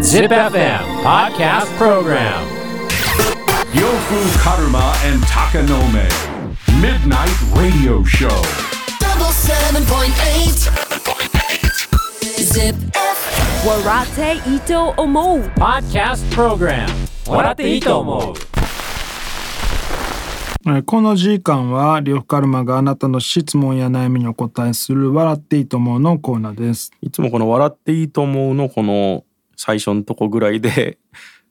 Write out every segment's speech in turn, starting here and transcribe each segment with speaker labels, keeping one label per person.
Speaker 1: Zip FM Podcast Program
Speaker 2: Yofu Karuma and Takanome. Midnight Radio Show.
Speaker 3: double seven point eight. Zip.
Speaker 4: Warate Ito Omo.
Speaker 1: Podcast Program 笑っていいと思う
Speaker 5: えーこの時間は呂布カルマがあなたの質問や悩みにお答えする「笑っていいと思う」のコーナーです。
Speaker 6: いつもこの「笑っていいと思う」のこの最初のとこぐらいで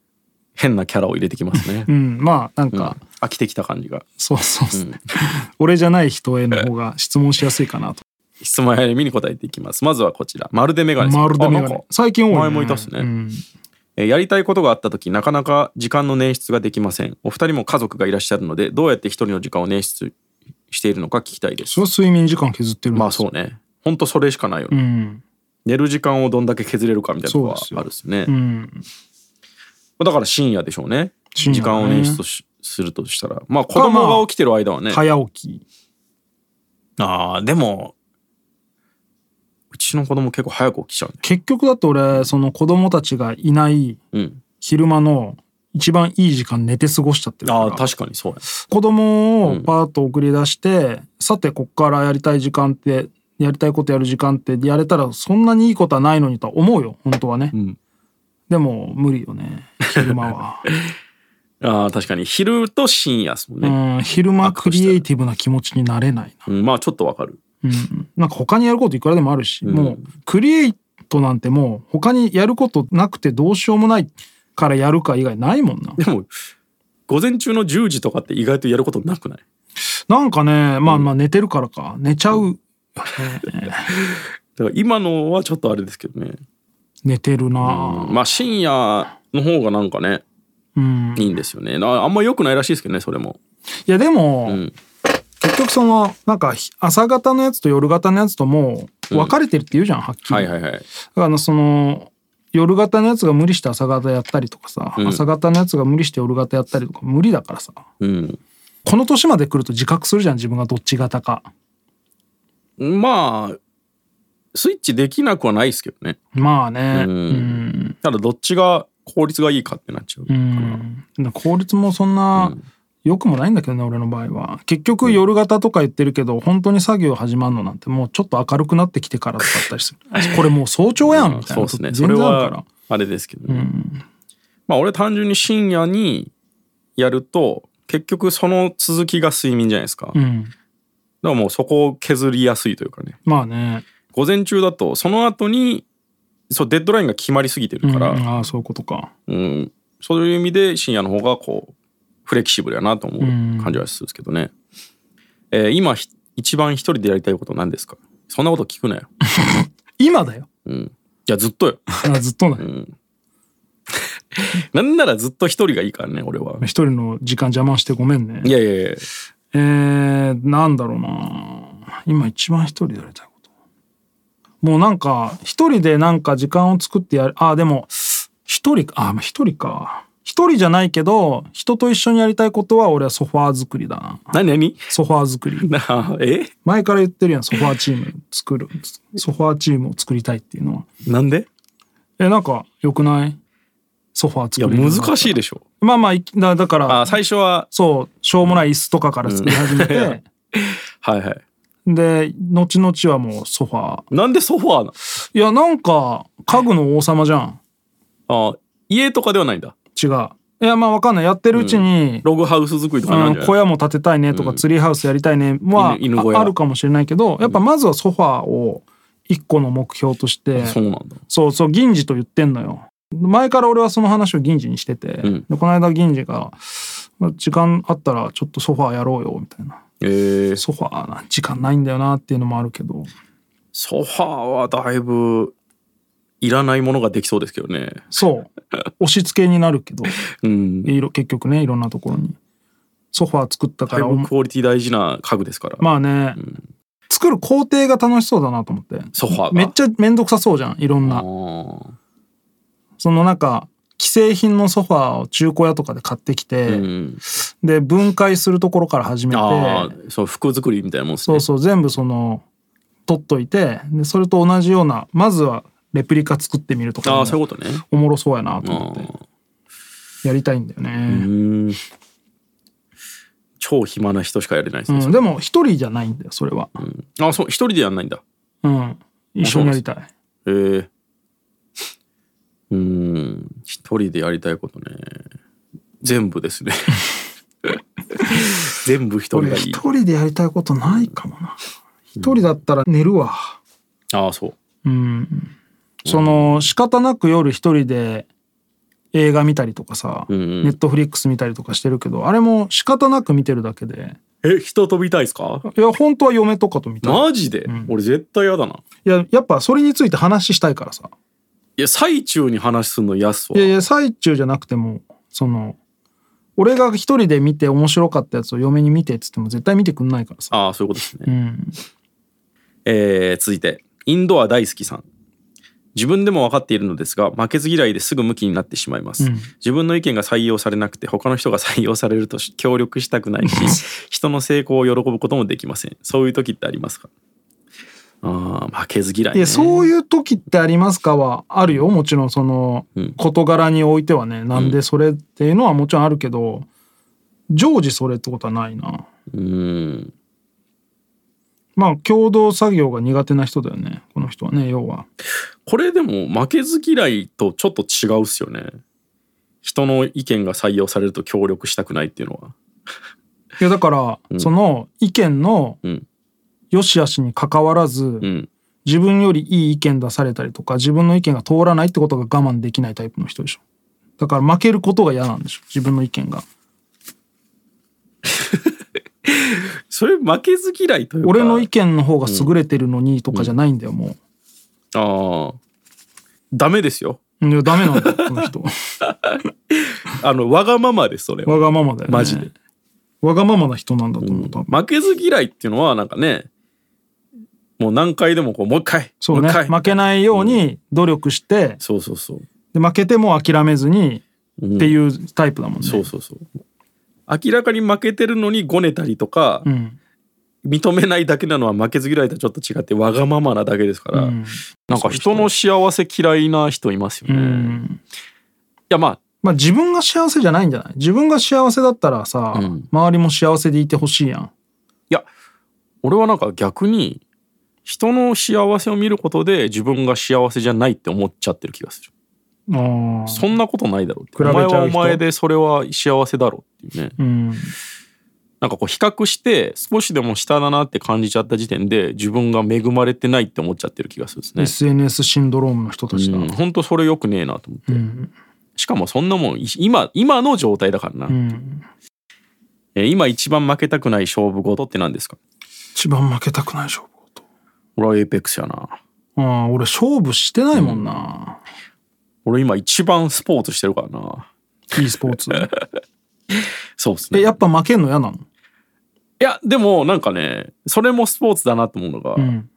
Speaker 6: 変なキャラを入れてきますね
Speaker 5: う。ん、まあなん
Speaker 6: うん
Speaker 5: か、
Speaker 6: 飽きてきた感じが。
Speaker 5: そうそうそう
Speaker 6: うん
Speaker 5: 俺じゃない人への方が質問しやすいか なと。
Speaker 6: 質問や悩みに答えていきます。まずはこちら。まるでメガネさん。
Speaker 5: まるでメ
Speaker 6: あ
Speaker 5: ガ
Speaker 6: なん
Speaker 5: ネ
Speaker 6: か。
Speaker 5: 最近多い、ね。
Speaker 6: 前もいたっすね
Speaker 5: うん
Speaker 6: えーやりたいことがあった時なかなか時間の捻出ができませんお二人も家族がいらっしゃるのでどうやって一人の時間を捻出しているのか聞きたいです
Speaker 5: それは睡眠時間削ってるんです
Speaker 6: まあそうねほんとそれしかないよね、
Speaker 5: うん。
Speaker 6: 寝る時間をどんだけ削れるかみたいなのは
Speaker 5: そうですよ
Speaker 6: あるっすね
Speaker 5: うん。
Speaker 6: だから深夜でしょうね
Speaker 5: 深夜
Speaker 6: 時
Speaker 5: ね
Speaker 6: 間を捻出しするとしたらまあ子供が起きてる間はね、
Speaker 5: 早起き。
Speaker 6: ああでもうちの子供結構早く起きちゃうね
Speaker 5: 結局だって俺、その子供たちがいない
Speaker 6: うん
Speaker 5: 昼間の一番いい時間寝て過ごしちゃってるから。
Speaker 6: ああ確かにそうや
Speaker 5: 子供をパーッと送り出して、さてこっからやりたい時間ってやりたいことやる時間ってやれたらそんなにいいことはないのにとは思うよ本当はね、
Speaker 6: ん
Speaker 5: でも無理よね昼間 は、
Speaker 6: ああ確かに昼と深夜っすもんね、
Speaker 5: うん、昼間クリエイティブな気持ちになれないな、
Speaker 6: うんまあちょっとわかる
Speaker 5: うん、なんか他にやることいくらでもあるし、
Speaker 6: ん
Speaker 5: もうクリエイトなんてもう他にやることなくてどうしようもないからやるか以外ないもんな
Speaker 6: でも午前中の10時とかって意外とやることなくない
Speaker 5: なんかねまあまあ寝てるからか寝ちゃう、
Speaker 6: だから今のはちょっとあれですけどね、
Speaker 5: 寝てるな
Speaker 6: まあ深夜の方がなんかね
Speaker 5: うん
Speaker 6: いいんですよねなあんま良くないらしいですけどねそれも
Speaker 5: いやでも、
Speaker 6: ん
Speaker 5: 結局そのなんかひ朝方のやつと夜型のやつともう分かれてるって言うじゃん、はっきり、
Speaker 6: はいはいはい
Speaker 5: だからあのその夜型のやつが無理して朝型やったりとかさ、
Speaker 6: ん
Speaker 5: 朝型のやつが無理して夜型やったりとか無理だからさ
Speaker 6: うん
Speaker 5: この年まで来ると自覚するじゃん自分がどっち型か
Speaker 6: まあスイッチできなくはないですけどね
Speaker 5: まあね
Speaker 6: う
Speaker 5: うんん
Speaker 6: ただどっちが効率がいいかってなっちゃうか
Speaker 5: う
Speaker 6: な、
Speaker 5: ん効率もそんな良くもないんだけどね俺の場合は結局夜型とか言ってるけど本当に作業始まるのなんてもうちょっと明るくなってきてからとかだったりするこれもう早朝やんみたい
Speaker 6: そ
Speaker 5: な
Speaker 6: うですねそ
Speaker 5: 全
Speaker 6: れ
Speaker 5: 然あるから
Speaker 6: はあれですけどね、まあ俺単純に深夜にやると結局その続きが睡眠じゃないですか、
Speaker 5: うん
Speaker 6: だからもうそこを削りやすいというかね
Speaker 5: まあね。
Speaker 6: 午前中だとその後にそうデッドラインが決まりすぎてるから、う
Speaker 5: うん
Speaker 6: ん
Speaker 5: ああ、そういうことか。
Speaker 6: そういう意味で深夜の方がこうフレキシブルやなと思う感じはするんですけどね、えー今ひ一番一人でやりたいこと何ですかそんなこと聞くなよ、
Speaker 5: 今だよ。
Speaker 6: うん、いやずっとよ
Speaker 5: あずっとだよ。
Speaker 6: なんならずっと一人がいいからね俺は
Speaker 5: 一人の時間邪魔してごめんね
Speaker 6: い。やいやいや
Speaker 5: えー、なんだろうな。今一番一人でやりたいこと。もうなんか、一人でなんか時間を作ってやる。ああ、でも、一人か。ああ、まあ一人か。一人じゃないけど、人と一緒にやりたいことは俺はソファー作りだな。
Speaker 6: 何何
Speaker 5: ソファー作り。
Speaker 6: なあえ
Speaker 5: 前から言ってるやん、ソファーチーム作る。ソファーチームを作りたいっていうのは。
Speaker 6: なんで
Speaker 5: え、なんか、良くないソファー
Speaker 6: いや
Speaker 5: 作り。
Speaker 6: 難しいでしょ
Speaker 5: まあまあいだだから
Speaker 6: あ最初は
Speaker 5: そうしょうもない椅子とかから作り始めて、
Speaker 6: はいはい
Speaker 5: で後々はもうソファー
Speaker 6: なんでソファーない
Speaker 5: やなんか家具の王様じゃん
Speaker 6: あ家とかではないんだ
Speaker 5: 違ういやまあわかんないやってるうちに、
Speaker 6: ログハウス作りとかな
Speaker 5: うんん
Speaker 6: じゃない
Speaker 5: 小屋も建てたいねとか、ツリーハウスやりたいねは
Speaker 6: 犬犬小屋
Speaker 5: ああるかもしれないけどやっぱまずはソファーを一個の目標として、
Speaker 6: そうなんだ
Speaker 5: そうそう銀次と言ってんのよ前から俺はその話を銀次にしてて、
Speaker 6: ん
Speaker 5: でこの間銀次が「時間あったらちょっとソファーやろうよ」みたいな
Speaker 6: ええ
Speaker 5: ソファーな時間ないんだよなっていうのもあるけど
Speaker 6: ソファーはだいぶいらないものができそうですけどね
Speaker 5: そう押し付けになる けど
Speaker 6: うん
Speaker 5: いろ結局ねいろんなところにソファー作ったか
Speaker 6: だい
Speaker 5: ら
Speaker 6: ぶクオリティ大事な家具ですから、
Speaker 5: まあね、作る工程が楽しそうだなと思って
Speaker 6: ソファーが
Speaker 5: めっちゃ面倒くさそうじゃんいろん
Speaker 6: あ
Speaker 5: な
Speaker 6: ー
Speaker 5: そのなんか既製品のソファーを中古屋とかで買ってきて、
Speaker 6: うん、
Speaker 5: で分解するところから始め
Speaker 6: あ
Speaker 5: て
Speaker 6: ーそう服作りみたいなもんです
Speaker 5: そ
Speaker 6: ね
Speaker 5: うそう全部その取っといてでそれと同じようなまずはレプリカ作ってみるとか
Speaker 6: あ
Speaker 5: も
Speaker 6: あそういうことね
Speaker 5: おもろそうやなと
Speaker 6: あ
Speaker 5: 思って
Speaker 6: ー
Speaker 5: やりたいんだよ
Speaker 6: う
Speaker 5: ね、
Speaker 6: ーん超暇な人しかやれないです
Speaker 5: う
Speaker 6: ね
Speaker 5: ん、でも一人じゃないんだよそれは
Speaker 6: あそう一人でやんないんだ
Speaker 5: うん一緒にやりたい
Speaker 6: へえー、うーん一人でやりたいことね全 部ですね全部一人
Speaker 5: 俺
Speaker 6: がい
Speaker 5: 一
Speaker 6: い
Speaker 5: 人でやりたいことないかもな一人だったら寝るわ
Speaker 6: ああそう
Speaker 5: うんその仕方なく夜一人で映画見たりとかさ、
Speaker 6: んうん
Speaker 5: ネットフリックス見たりとかしてるけどあれも仕方なく見てるだけで
Speaker 6: え人と見たいですか
Speaker 5: いや本当は嫁とかと見たい
Speaker 6: マジで、俺絶対嫌だない
Speaker 5: ややっぱそれについて話したいからさ
Speaker 6: いや最中に話すの嫌っすわ
Speaker 5: いやいや最中じゃなくてもその俺が一人で見て面白かったやつを嫁に見てっつっても絶対見てくんないからさ
Speaker 6: ああそういうことですね、
Speaker 5: うん
Speaker 6: えー続いてインドア大好きさん自分でも分かっているのですが負けず嫌いですぐ向きになってしまいます、自分の意見が採用されなくて他の人が採用されるとし協力したくないし 人の成功を喜ぶこともできませんそういう時ってありますかああ負けず嫌い、
Speaker 5: い
Speaker 6: ね、
Speaker 5: やそういう時ってありますかはあるよもちろんその
Speaker 6: ん
Speaker 5: 事柄においてはねなんでそれっていうのはもちろんあるけど常時それってことはないな
Speaker 6: うーん
Speaker 5: まあ共同作業が苦手な人だよねこの人はね要は
Speaker 6: これでも負けず嫌いとちょっと違うっすよね人の意見が採用されると協力したくないっていうのはい
Speaker 5: やだから、その意見の
Speaker 6: ん
Speaker 5: 良し悪しに関わらず、
Speaker 6: うん
Speaker 5: 自分よりいい意見出されたりとか自分の意見が通らないってことが我慢できないタイプの人でしょだから負けることが嫌なんでしょ自分の意見が
Speaker 6: それ負けず嫌いというか
Speaker 5: 俺の意見の方が優れてるのにとかじゃないんだよ、も
Speaker 6: ああダメですよ
Speaker 5: ういやダメなんだよこの 人
Speaker 6: あのわがままですそれは
Speaker 5: わがままだよね
Speaker 6: マジで
Speaker 5: わがままな人なんだと思う、多分
Speaker 6: 負けず嫌いっていうのはなんかねもう何回でもこうもう一回
Speaker 5: そうね
Speaker 6: もう一回
Speaker 5: 負けないように努力して、
Speaker 6: そうそうそう
Speaker 5: で負けても諦めずにっていうタイプだもんね、
Speaker 6: そうそうそう明らかに負けてるのにごねたりとか、
Speaker 5: ん
Speaker 6: 認めないだけなのは負けず嫌いとはちょっと違ってわがままなだけですから、なんか人の幸せ嫌いな人いますよね、いやまあ
Speaker 5: まあ自分が幸せじゃないんじゃない自分が幸せだったらさ、
Speaker 6: ん
Speaker 5: 周りも幸せでいてほしいやん
Speaker 6: いや俺はなんか逆に人の幸せを見ることで自分が幸せじゃないって思っちゃってる気がする
Speaker 5: あ
Speaker 6: そんなことないだろうっ
Speaker 5: 比
Speaker 6: て
Speaker 5: べちゃう人
Speaker 6: お前はお前でそれは幸せだろうっていうね、
Speaker 5: ん
Speaker 6: なんかこう比較して少しでも下だなって感じちゃった時点で自分が恵まれてないって思っちゃってる気がするんですね
Speaker 5: SNS シンドロームの人たちだ、
Speaker 6: うん、本当それよくねえなと思って、しかもそんなもんい今今の状態だからな、えー今一番負けたくない勝負事って何ですか
Speaker 5: 一番負けたくない勝負事
Speaker 6: 俺はエイペックスやな
Speaker 5: ああ俺勝負してないもんな、
Speaker 6: 俺今一番スポーツしてるからな
Speaker 5: e スポーツ
Speaker 6: そうっすね
Speaker 5: え
Speaker 6: い
Speaker 5: やっぱ負けんの嫌な の
Speaker 6: やでもなんかねそれもスポーツだなと思うのが、
Speaker 5: ん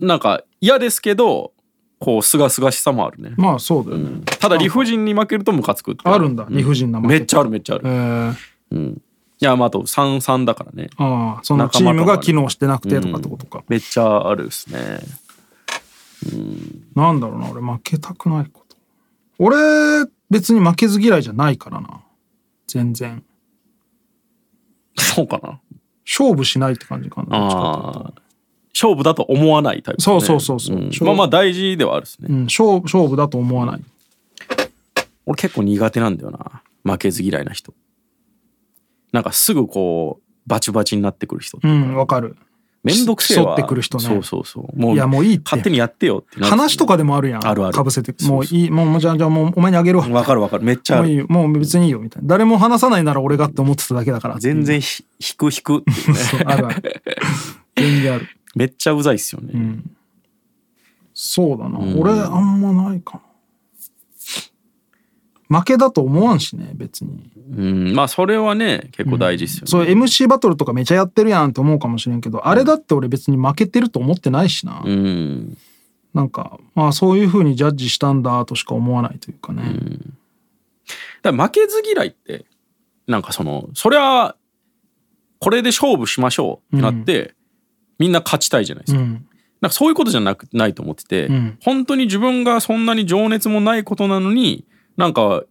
Speaker 6: なんか嫌ですけどこうすがすがしさもあるね
Speaker 5: まあそうだよね、
Speaker 6: ただ理不尽に負けるとムカつくって
Speaker 5: あるんだ理不尽な負け
Speaker 6: めっちゃあるめっちゃある、
Speaker 5: えー
Speaker 6: いやまああと33だからね
Speaker 5: ああそのチームが機能してなくてとかってことか、
Speaker 6: めっちゃあるですね
Speaker 5: なんだろうな俺負けたくないこと俺別に負けず嫌いじゃないからな全然
Speaker 6: そうかな
Speaker 5: 勝負しないって感じかなどっちかっていうと
Speaker 6: あー勝負だと思わないタイプ、ね、
Speaker 5: そうそうそうそう、
Speaker 6: ん
Speaker 5: 勝負
Speaker 6: まあまあ大事ではあるですね、
Speaker 5: うん勝勝負だと思わない
Speaker 6: 俺結構苦手なんだよな負けず嫌いな人なんかすぐこうバチバチになってくる人
Speaker 5: うんわかる
Speaker 6: めんどくせえわ
Speaker 5: 競ってくる人ね
Speaker 6: そうそうそうもう
Speaker 5: いやもういいって
Speaker 6: 勝手にやってよってなる
Speaker 5: 話とかでもあるやん
Speaker 6: あるある
Speaker 5: かぶせて
Speaker 6: そ
Speaker 5: もう
Speaker 6: うそ
Speaker 5: いいもうもうじゃあじゃあもうお前にあげるわも
Speaker 6: わかるわかるめっちゃあ
Speaker 5: う
Speaker 6: る
Speaker 5: いいよもう別にいいよみたいな誰も話さないなら俺がって思ってただけだから
Speaker 6: 全然ひ引く引くっ ていうね
Speaker 5: そうあるあ る全然ある
Speaker 6: めっちゃうざいっすよね、
Speaker 5: そうだな、俺あんまないかな負けだと思わんしね別に
Speaker 6: うん、まあそれはね結構大事ですよね、
Speaker 5: そう MC バトルとかめちゃやってるやんって思うかもしれんけど、あれだって俺別に負けてると思ってないしな、
Speaker 6: うん、
Speaker 5: なんかまあそういう風にジャッジしたんだとしか思わないというかね、
Speaker 6: だから負けず嫌いってなんかそのそりゃこれで勝負しましょうってなって、みんな勝ちたいじゃないですか、なんかそういうことじゃなくないと思ってて、
Speaker 5: ん
Speaker 6: 本当に自分がそんなに情熱もないことなのになんか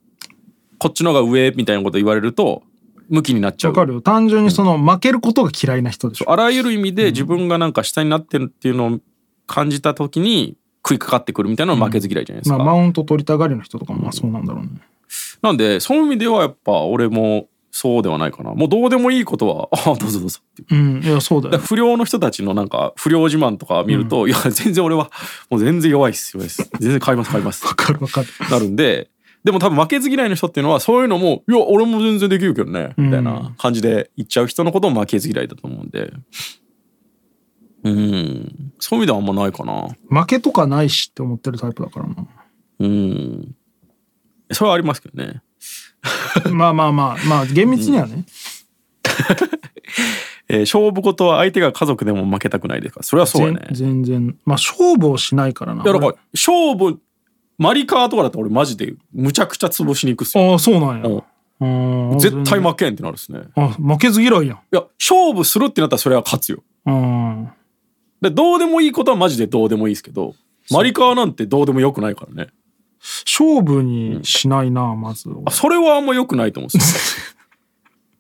Speaker 6: こっちの方が上みたいなこと言われると向きになっちゃ
Speaker 5: わ
Speaker 6: う
Speaker 5: かるよ単純にその負けることが嫌いな人でしょ
Speaker 6: あらゆる意味で自分がなんか下になってるっていうのを感じた時に食いかかってくるみたいなのは負けず嫌いじゃないです
Speaker 5: ま
Speaker 6: か、
Speaker 5: あマウント取りたがりの人とかもまあそうなんだろうね
Speaker 6: なんでそういう意味ではやっぱ俺もそうではないかなもうどうでもいいことは「ああどうぞどうぞ」っていう
Speaker 5: うんいやそうだ
Speaker 6: だ
Speaker 5: よ
Speaker 6: から不良の人たちのなんか不良自慢とか見ると、いや全然俺はもう全然弱いっす弱いっす全然買います買います
Speaker 5: わかるわかる
Speaker 6: なるんででも多分負けず嫌いの人っていうのはそういうのも「いや俺も全然できるけどね」みたいな感じで言っちゃう人のことも負けず嫌いだと思うんでうんそういう意味ではあんまないかな
Speaker 5: 負けとかないしって思ってるタイプだからな
Speaker 6: うんそれはありますけどね
Speaker 5: まあまあまあまあ厳密にはね、
Speaker 6: えー勝負事は相手が家族でも負けたくないですからそれはそうだね
Speaker 5: 全全然まあ勝負をしないからない
Speaker 6: やだから勝負マリカーとかだったら俺マジでむちゃくちゃ潰しに行くっすよ
Speaker 5: 俺ああそうなんや
Speaker 6: うん
Speaker 5: うん
Speaker 6: 絶対負けんってなるっすね
Speaker 5: あ負けず嫌いやん
Speaker 6: いや勝負するってなったらそれは勝つよ
Speaker 5: うん
Speaker 6: でどうでもいいことはマジでどうでもいいですけどマリカーなんてどうでもよくないからね
Speaker 5: 勝負にしないなまず俺
Speaker 6: あそれはあんまよくないと思うんですよ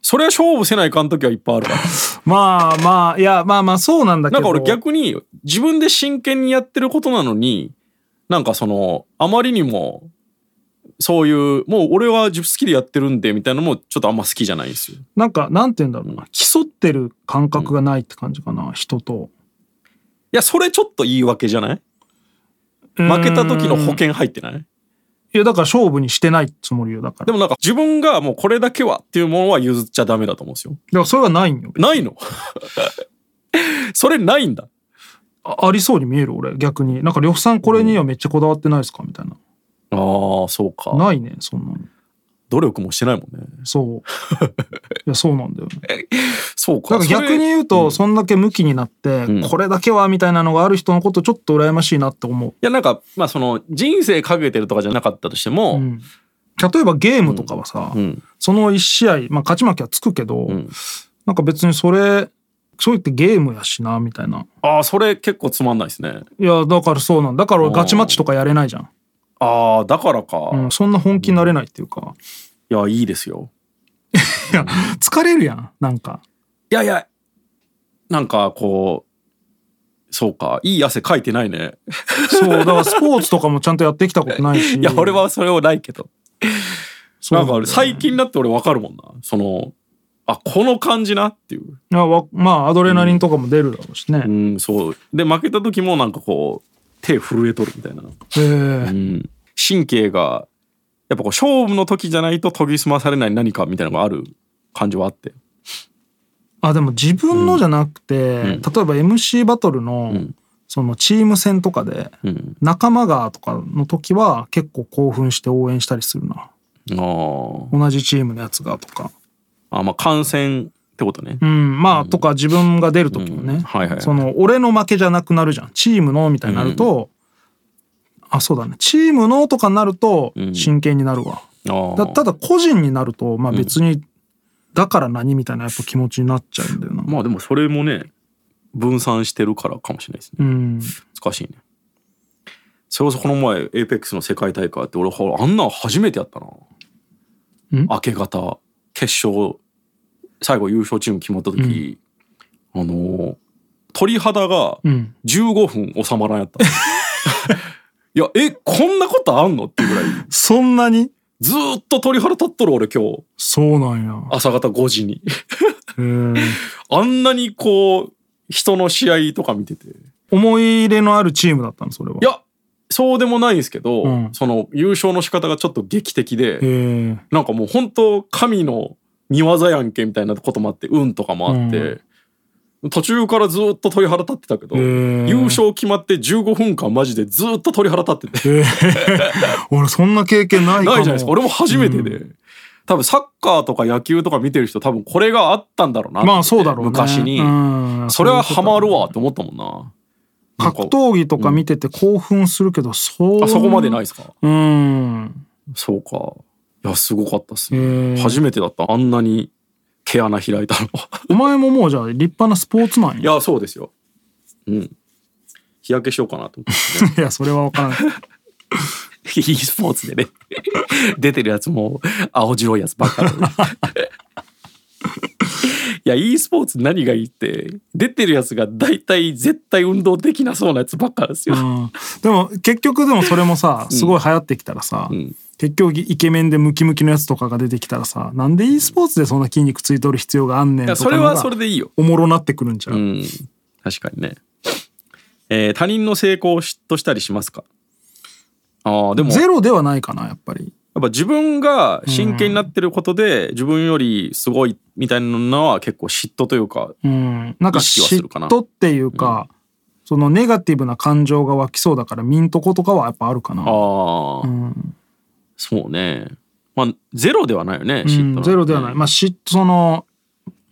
Speaker 6: それは勝負せないかん時はいっぱいあるから
Speaker 5: まあまあいやまあまあそうなんだけ
Speaker 6: な
Speaker 5: ど
Speaker 6: んか俺逆に自分で真剣にやってることなのになんかそのあまりにもそういうもう俺は自分好きでやってるんでみたいなのもちょっとあんま好きじゃないんですよ。
Speaker 5: なんかなんて言うんだろうな競ってる感覚がないって感じかな人と
Speaker 6: いやそれちょっと言い訳じゃない負けた時の保険入ってない
Speaker 5: いやだから勝負にしてないつもりよだから
Speaker 6: でもなんか自分がもうこれだけはっていうものは譲っちゃダメだと思うんですよ。
Speaker 5: だからそれがないんよ
Speaker 6: ないの それないんだ。
Speaker 5: あありそうに見える俺逆になんか呂布さんこれにはめっちゃこだわってないですかみたいな
Speaker 6: ああそうか。
Speaker 5: ないねそんなの
Speaker 6: 努力もしてないもんね。
Speaker 5: そう いやそうなんだよね
Speaker 6: そうか。
Speaker 5: だから逆に言うとそんだけムキになって、
Speaker 6: うん
Speaker 5: これだけはみたいなのがある人のことちょっと羨ましいなって思う
Speaker 6: いやなんかまあその人生かけてるとかじゃなかったとしても、
Speaker 5: ん例えばゲームとかはさ、
Speaker 6: うん
Speaker 5: その1試合、まあ、勝ち負けはつくけど、
Speaker 6: ん
Speaker 5: なんか別にそれそう言ってゲームやしなみたいな
Speaker 6: ああそれ結構つまんないですね。
Speaker 5: いやだからそうなんだから俺ガチマッチとかやれないじゃん、
Speaker 6: ああだからか、
Speaker 5: うん、そんな本気になれないっていうか、
Speaker 6: いやいいですよ
Speaker 5: いや疲れるやんなんか
Speaker 6: いやいやなんかこうそうかいい汗かいてないね
Speaker 5: そうだからスポーツとかもちゃんとやってきたことないし
Speaker 6: いや俺はそれはないけど、
Speaker 5: そう
Speaker 6: なんか俺最近になって俺わかるもんなそのあこの感じなっていう
Speaker 5: いやわまあアドレナリンとかも出るだろうしね、
Speaker 6: うんそうで負けた時もなんかこう手震えとるみたいな、
Speaker 5: え
Speaker 6: う
Speaker 5: ー
Speaker 6: ん、神経がやっぱこう勝負の時じゃないと研ぎ澄まされない何かみたいなのがある感じはあって
Speaker 5: あでも自分のじゃなくて、例えば MC バトルの、
Speaker 6: ん
Speaker 5: そのチーム戦とかで
Speaker 6: うん
Speaker 5: 仲間がとかの時は結構興奮して応援したりするな
Speaker 6: あー
Speaker 5: 同じチームのやつがとか
Speaker 6: あまあ感染ってことね
Speaker 5: うんまあ、とか自分が出る時もね、
Speaker 6: うんはいはい
Speaker 5: その俺の負けじゃなくなるじゃんチームのみたいになると、あそうだねチームのとかになると
Speaker 6: ん
Speaker 5: 真剣になるわ、
Speaker 6: ああ
Speaker 5: だただ個人になるとまあ別に、だから何みたいなやっぱ気持ちになっちゃうんだよな、
Speaker 6: まあでもそれもね分散してるからかもしれないですね
Speaker 5: うん
Speaker 6: 難しいねそれこそこの前 APEX の世界大会あって俺ほらあんなん初めてやったな明け方決勝最後優勝チーム決まった時、あのー鳥肌が
Speaker 5: ん
Speaker 6: 15分収まらんやった、いやえこんなことあんのっていうぐらい
Speaker 5: そんなに
Speaker 6: ずーっと鳥肌立っとる俺今日
Speaker 5: そうなんや
Speaker 6: 朝方5時に
Speaker 5: へー
Speaker 6: あんなにこう人の試合とか見てて
Speaker 5: 思い入れのあるチームだったのそれはい
Speaker 6: や、そうでもないんですけど、
Speaker 5: うん
Speaker 6: その優勝の仕方がちょっと劇的
Speaker 5: へ
Speaker 6: で、
Speaker 5: ー
Speaker 6: なんかもう本当神の見業やんけみたいなこともあって、運とかもあって、途中からずっと鳥肌立ってたけど、
Speaker 5: へー
Speaker 6: 優勝決まって15分間マジでずっと鳥肌立ってて、
Speaker 5: へー俺そんな経験 ないかも
Speaker 6: ないじゃないですか。俺も初めてで。多分サッカーとか野球とか見てる人多分これがあったんだろうなって
Speaker 5: まあそうだろうね
Speaker 6: 昔に、
Speaker 5: うん
Speaker 6: それはハマるわって思ったもんななんか
Speaker 5: 格闘技とか見てて興奮するけど、そ
Speaker 6: あそこまでないですか
Speaker 5: うん
Speaker 6: そうか。いや、すごかったっす
Speaker 5: へ
Speaker 6: ね。
Speaker 5: ー
Speaker 6: 初めてだった。あんなに毛穴開 いたの。
Speaker 5: お前ももうじゃあ立派なスポーツマン
Speaker 6: い
Speaker 5: や
Speaker 6: や、そうですよ。うん。い日焼けしようかなと思って、ね、
Speaker 5: いや、それはわからない。
Speaker 6: e スポーツでね 出てるやつも青白いやつばっかりだね いや e スポーツ何がいいって出てるやつが大体絶対運動できなそうなやつばっかですよ、
Speaker 5: うんでも結局でもそれもさすごい流行ってきたらさ、
Speaker 6: ん
Speaker 5: 結局イケメンでムキムキのやつとかが出てきたらさなんで e スポーツでそんな筋肉ついとる必要があんねん
Speaker 6: いや
Speaker 5: と
Speaker 6: そ
Speaker 5: か
Speaker 6: れ
Speaker 5: の
Speaker 6: は
Speaker 5: が
Speaker 6: それでいいよ
Speaker 5: おもろなってくるんじゃん、
Speaker 6: うん確かにね、えー他人の成功を嫉妬したりしますかあーでも
Speaker 5: ゼロではないかなやっぱり
Speaker 6: やっぱ自分が真剣になってることで自分よりすごいみたいなのは結構嫉妬というか、
Speaker 5: うんなんか
Speaker 6: 意識はす
Speaker 5: 嫉
Speaker 6: るかな
Speaker 5: 妬っていうか、そのネガティブな感情が湧きそうだからミントコとかはやっぱあるかな
Speaker 6: ああ、そうねまあゼロではないよね、嫉
Speaker 5: う
Speaker 6: 妬なん
Speaker 5: ん
Speaker 6: て
Speaker 5: ゼロではないまあ嫉妬その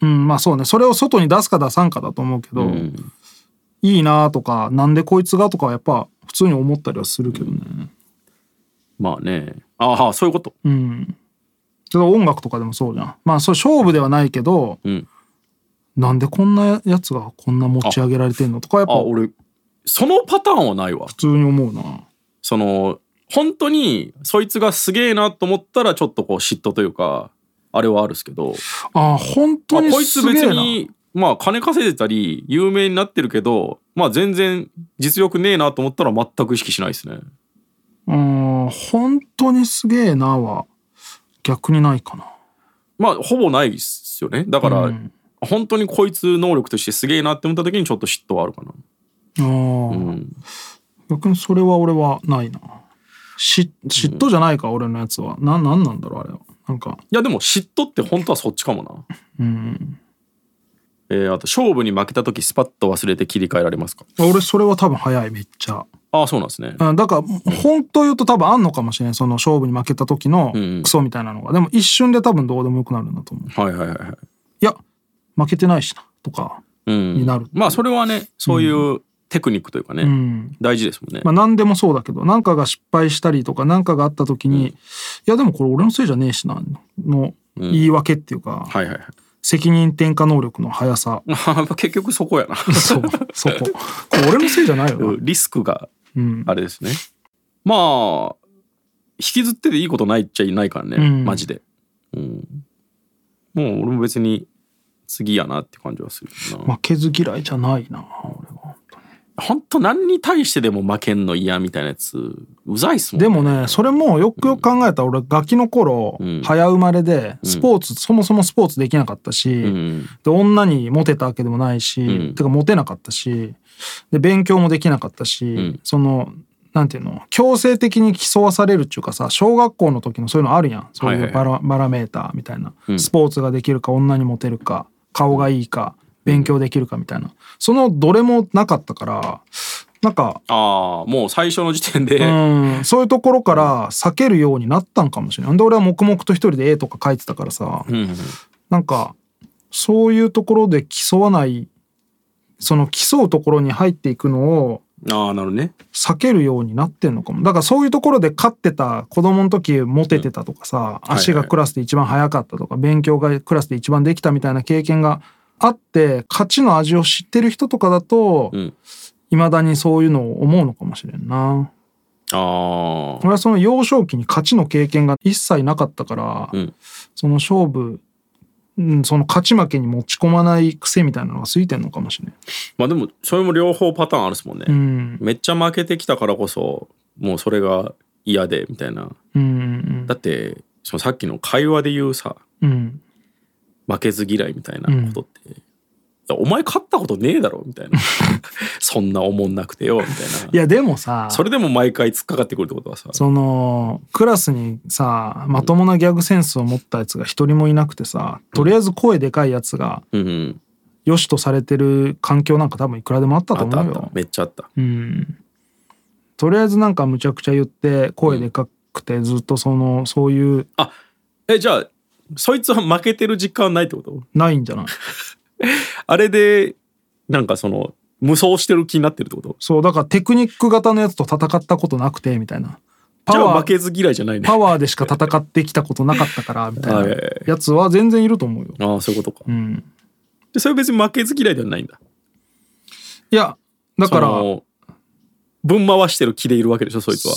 Speaker 5: うんまあそうねそれを外に出すか出さんかだと思うけど、
Speaker 6: うん
Speaker 5: いいなとかなんでこいつがとかはやっぱ普通に思ったりはするけどね
Speaker 6: まあねああそういうこと、
Speaker 5: うん。それ音楽とかでもそうじゃん。まあ、そう勝負ではないけど、
Speaker 6: うん
Speaker 5: なんでこんなやつがこんな持ち上げられてんのとか、やっぱ
Speaker 6: あ
Speaker 5: 普
Speaker 6: 俺そのパターンはないわ
Speaker 5: 通に思うな。
Speaker 6: その本当にそいつがすげえなと思ったらちょっとこう嫉妬というかあれはあるっすけど
Speaker 5: あ、本当
Speaker 6: まあ
Speaker 5: に
Speaker 6: こい
Speaker 5: す
Speaker 6: つ
Speaker 5: げ
Speaker 6: 別
Speaker 5: えな。
Speaker 6: にまあ金稼いでたり有名になってるけどまあ全然実力ねえなと思ったら全く意識しないですね
Speaker 5: うん、本当にすげえなは逆にないかな。
Speaker 6: まあほぼないですよねだから、
Speaker 5: うん
Speaker 6: 本当にこいつ能力としてすげえなって思った時にちょっと嫉妬はあるかな
Speaker 5: ああ、
Speaker 6: うん
Speaker 5: 逆にそれは俺はないな。し嫉妬じゃないか、俺のやつは。な、なんなんだろう、あれは。なんか、
Speaker 6: いやでも嫉妬って本当はそっちかもな
Speaker 5: うん。
Speaker 6: えーあと勝負に負けた時スパッと忘れて切り替えられますか
Speaker 5: 俺、それは多分早い、めっちゃ。
Speaker 6: ああそうなんですね
Speaker 5: うん、だから本当言うと多分あんのかもしれんその勝負に負けた時のク
Speaker 6: ん
Speaker 5: ソみたいなのが、でも一瞬で多分どうでもよくなるんだと思う
Speaker 6: はいはいはいはい
Speaker 5: いや負けてないしなとか
Speaker 6: うん
Speaker 5: になる
Speaker 6: まあそれはねそういううテクニックというかね、
Speaker 5: うん、
Speaker 6: 大事ですもんね、
Speaker 5: まあ、何でもそうだけど何かが失敗したりとか何かがあった時に、いやでもこれ俺のせいじゃねえしなの言い訳っていうか、
Speaker 6: はいはいはい
Speaker 5: 責任転嫁能力の速さ
Speaker 6: やっぱ結局そこやな
Speaker 5: そうそ ここれ俺のせいじゃないよな、
Speaker 6: リスクが
Speaker 5: うん、
Speaker 6: あれですね。まあ、引きずってていいことないっちゃいないからね、
Speaker 5: うん
Speaker 6: マジで。うん。もう俺も別に次やなって感じはするけどな。
Speaker 5: 負けず嫌いじゃないな俺は
Speaker 6: ほんと何に対してでも負けんの嫌みたいなやつ、うざいっすもん
Speaker 5: でもねそれもよくよく考えたら俺ガキの頃、
Speaker 6: ん
Speaker 5: 早生まれでスポーツ、そもそもスポーツできなかったし、
Speaker 6: うん。
Speaker 5: で女にモテたわけでもないし、
Speaker 6: うん
Speaker 5: てかモテなかったしで勉強もできなかったし、
Speaker 6: ん
Speaker 5: そのなんていうの強制的に競わされるっていうかさ小学校の時のそういうのあるやんそうい
Speaker 6: はいは
Speaker 5: う
Speaker 6: いは
Speaker 5: バラ,、バラメーターみたいな、スポーツができるか女にモテるか顔がいいか勉強できるかみたいなそのどれもなかったからなんか
Speaker 6: ああ、もう最初の時点で、
Speaker 5: うん、そういうところから避けるようになったんかもしれない。で俺は黙々と一人で絵とか描いてたからさ、
Speaker 6: うん
Speaker 5: なんかそういうところで競わないその競うところに入っていくのを
Speaker 6: ああ、なるほどね。
Speaker 5: 避けるようになってんのかもだからそういうところで勝ってた子供の時モテてたとかさ、
Speaker 6: いはい
Speaker 5: 足がクラスで一番早かったとか勉強がクラスで一番できたみたいな経験があって勝ちの味を知ってる人とかだと
Speaker 6: ん
Speaker 5: いま、未だにそういうのを思うのかもしれんな。
Speaker 6: ああ。
Speaker 5: 俺はその幼少期に勝ちの経験が一切なかったから、
Speaker 6: うん
Speaker 5: その勝負、うん、その勝ち負けに持ち込まない癖みたいなのがついてんのかもしれない。
Speaker 6: まあでも、それも両方パターンあるっすもんね。
Speaker 5: うん、
Speaker 6: めっちゃ負けてきたからこそ、もうそれが嫌で、みたいな。
Speaker 5: うん、うん
Speaker 6: だって、そのさっきの会話で言うさ、
Speaker 5: うん、
Speaker 6: 負けず嫌いみたいなことって、いやお前勝ったことねえだろみ たいなそんなおもんなくてよみたいない
Speaker 5: やでもさ、
Speaker 6: それでも毎回突っかかってくるってことはさ
Speaker 5: そのクラスにさまともなギャグセンスを持ったやつが一人もいなくてさ、とりあえず声でかいやつが
Speaker 6: うんうん
Speaker 5: 良しとされてる環境なんか多分いくらでもあった
Speaker 6: あ
Speaker 5: と
Speaker 6: った
Speaker 5: 思う
Speaker 6: あった
Speaker 5: よ。
Speaker 6: めっちゃあった
Speaker 5: うん、とりあえずなんかむちゃくちゃ言って声でかくてずっとそのそういう
Speaker 6: あえじゃあそいつは負けてる実感はないってこと
Speaker 5: ないんじゃない
Speaker 6: あれでなんかその無双してる気になってるってこと
Speaker 5: そうだからテクニック型のやつと戦ったことなくてみたいな
Speaker 6: じ
Speaker 5: パ
Speaker 6: ゃあ
Speaker 5: ワ
Speaker 6: 負
Speaker 5: ー
Speaker 6: けず嫌いじゃないね
Speaker 5: パワーでしか戦ってきたことなかったからみたい
Speaker 6: はい
Speaker 5: な
Speaker 6: はいはい
Speaker 5: やつは全然いると思うよ。
Speaker 6: ああそういうことか、
Speaker 5: ん
Speaker 6: でそれは別に負けず嫌いではないんだ
Speaker 5: いやだから
Speaker 6: その分回してる気でいるわけでしょそいつは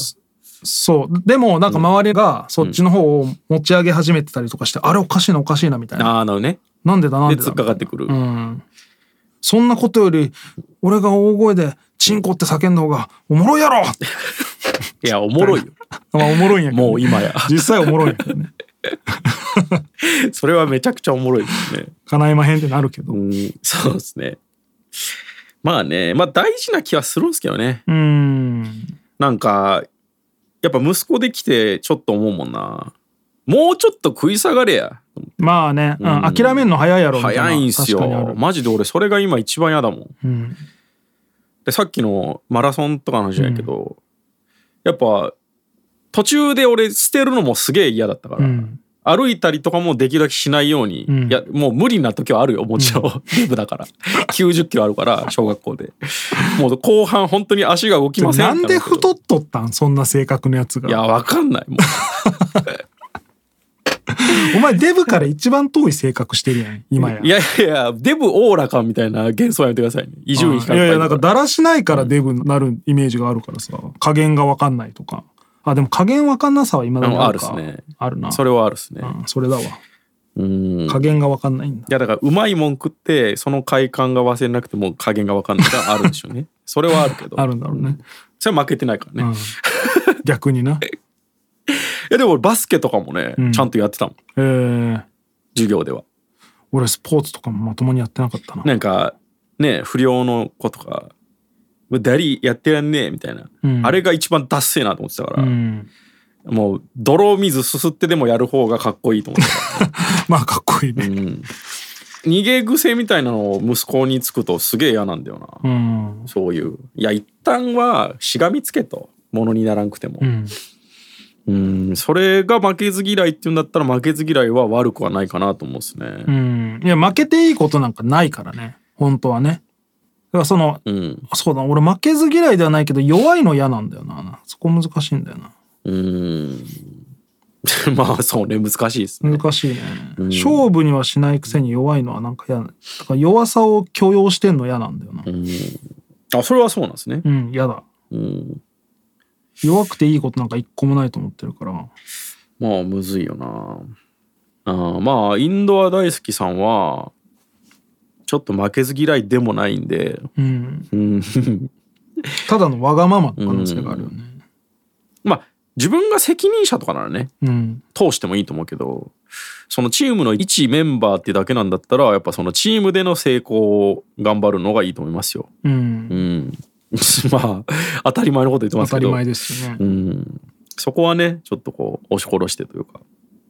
Speaker 5: そうでもなんか周りがそっちの方を持ち上げ始めてたりとかして、あれおかしいなおかしいなみたいな
Speaker 6: ああなるほどね
Speaker 5: なんでだなん
Speaker 6: で
Speaker 5: でだ
Speaker 6: 突っかかってくる、
Speaker 5: うん、そんなことより俺が大声で「チンコ」って叫んだ方がおもろいや ろ
Speaker 6: いやお もろいよ
Speaker 5: まあおもろいんやけどね、
Speaker 6: もう 今や
Speaker 5: 実際おもろいんやけどね
Speaker 6: それはめちゃくちゃおもろいですね
Speaker 5: 叶いまへんってなるけど
Speaker 6: う、んそうですねまあねまあ大事な気はするんですけどね
Speaker 5: うん、
Speaker 6: なんかやっぱ息子できてちょっと思うもんなもうちょっと食い下がれや
Speaker 5: まあね、うん
Speaker 6: うん
Speaker 5: 諦めんの早いやろみたいな
Speaker 6: 早いんす
Speaker 5: 確かにあ
Speaker 6: よ
Speaker 5: る、
Speaker 6: マジで俺それが今一番嫌だもん
Speaker 5: うん
Speaker 6: でさっきのマラソンとかの話やけど、やっぱ途中で俺捨てるのもすげえ嫌だったから、
Speaker 5: うん
Speaker 6: 歩いたりとかもできるだけしないように、
Speaker 5: ん
Speaker 6: いやもう無理な時はあるよもちろん、デブだから90キロ あるから小学校でもう後半本当に足が動きません
Speaker 5: なんで太
Speaker 6: っ
Speaker 5: っとったんそんな性格のやつ
Speaker 6: いや
Speaker 5: が
Speaker 6: わかんないもう
Speaker 5: お前デブから一番遠い性格してるやん今や
Speaker 6: いやいやいやデブオーラかみたいな幻想はやめてくださいね伊集院
Speaker 5: い
Speaker 6: 光
Speaker 5: やいや
Speaker 6: と
Speaker 5: なんかだらしないからデブになるイメージがあるからさ加減が分かんないとかあでも加減分かんなさは今だにあるか
Speaker 6: あるっすね
Speaker 5: あるな
Speaker 6: それはあるっすね
Speaker 5: うんそれだわ
Speaker 6: うん
Speaker 5: 加減が分かんないん だ
Speaker 6: いやだからうまいもん食ってその快感が忘れなくてもう加減が分かんないからあるんでしょ うねそれはあるけど
Speaker 5: あるんだろうね
Speaker 6: それは負けてないからね、
Speaker 5: うん
Speaker 6: い
Speaker 5: 逆にな
Speaker 6: やでも俺バスケとかもね、
Speaker 5: ん
Speaker 6: ちゃんとやってたもん
Speaker 5: えー、
Speaker 6: 授業では
Speaker 5: 俺スポーツとかもまともにやってなかったな、
Speaker 6: なんかね不良の子とか「ダリやってやんねえ」みたいな、
Speaker 5: ん
Speaker 6: あれが一番ダッセーなと思ってたから、
Speaker 5: うん
Speaker 6: もう泥水すすってでもやる方がかっこいいと思ってた、
Speaker 5: まあかっこいいね
Speaker 6: うん、 逃げ癖みたいなのを息子につくとすげえ嫌なんだよな、
Speaker 5: うん、
Speaker 6: そういういや一旦はしがみつけとものにならんくても
Speaker 5: うん、
Speaker 6: うんそれが負けず嫌いっていうんだったら負けず嫌いは悪くはないかなと思うんですね
Speaker 5: うん、いや負けていいことなんかないからね本当はねだからその、
Speaker 6: うん
Speaker 5: そうだ俺負けず嫌いではないけど弱いの嫌なんだよなそこ難しいんだよな
Speaker 6: うん まあそうね難しいですね
Speaker 5: 難しいね、勝負にはしないくせに弱いのはなんか嫌なだから弱さを許容してんの嫌なんだよな
Speaker 6: あそれはそうなんですね
Speaker 5: うん、嫌だ
Speaker 6: うん
Speaker 5: 弱くていいことなんか一個もないと思ってるから
Speaker 6: まあむずいよなあーまあインドア大好きさんはちょっと負けず嫌いでもないんで
Speaker 5: うん
Speaker 6: うん
Speaker 5: ただのわがままの可能性があるよね
Speaker 6: まあ自分が責任者とかならね
Speaker 5: うん
Speaker 6: 通してもいいと思うけどそのチームの一メンバーってだけなんだったらやっぱそのチームでの成功を頑張るのがいいと思いますよ。
Speaker 5: うん、
Speaker 6: うん まあ当たり前のこと言ってま
Speaker 5: 当
Speaker 6: すけ
Speaker 5: た
Speaker 6: ど
Speaker 5: り前ですよね、
Speaker 6: うん、そこはねちょっとこう押し殺してというか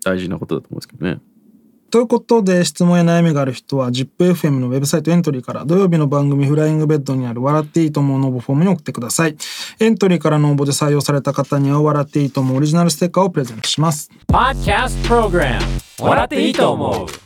Speaker 6: 大事なことだと思うんですけどね。
Speaker 5: ということで質問や悩みがある人は ZIPFM のウェブサイトエントリーから土曜日の番組「フライングベッド」にある「笑っていいと思う」の応募フォームに送ってくださいエントリーからの応募で採用された方には「笑っていいと思う」オリジナルステッカーをプレゼントします
Speaker 1: Podcast Program 笑っていいと思う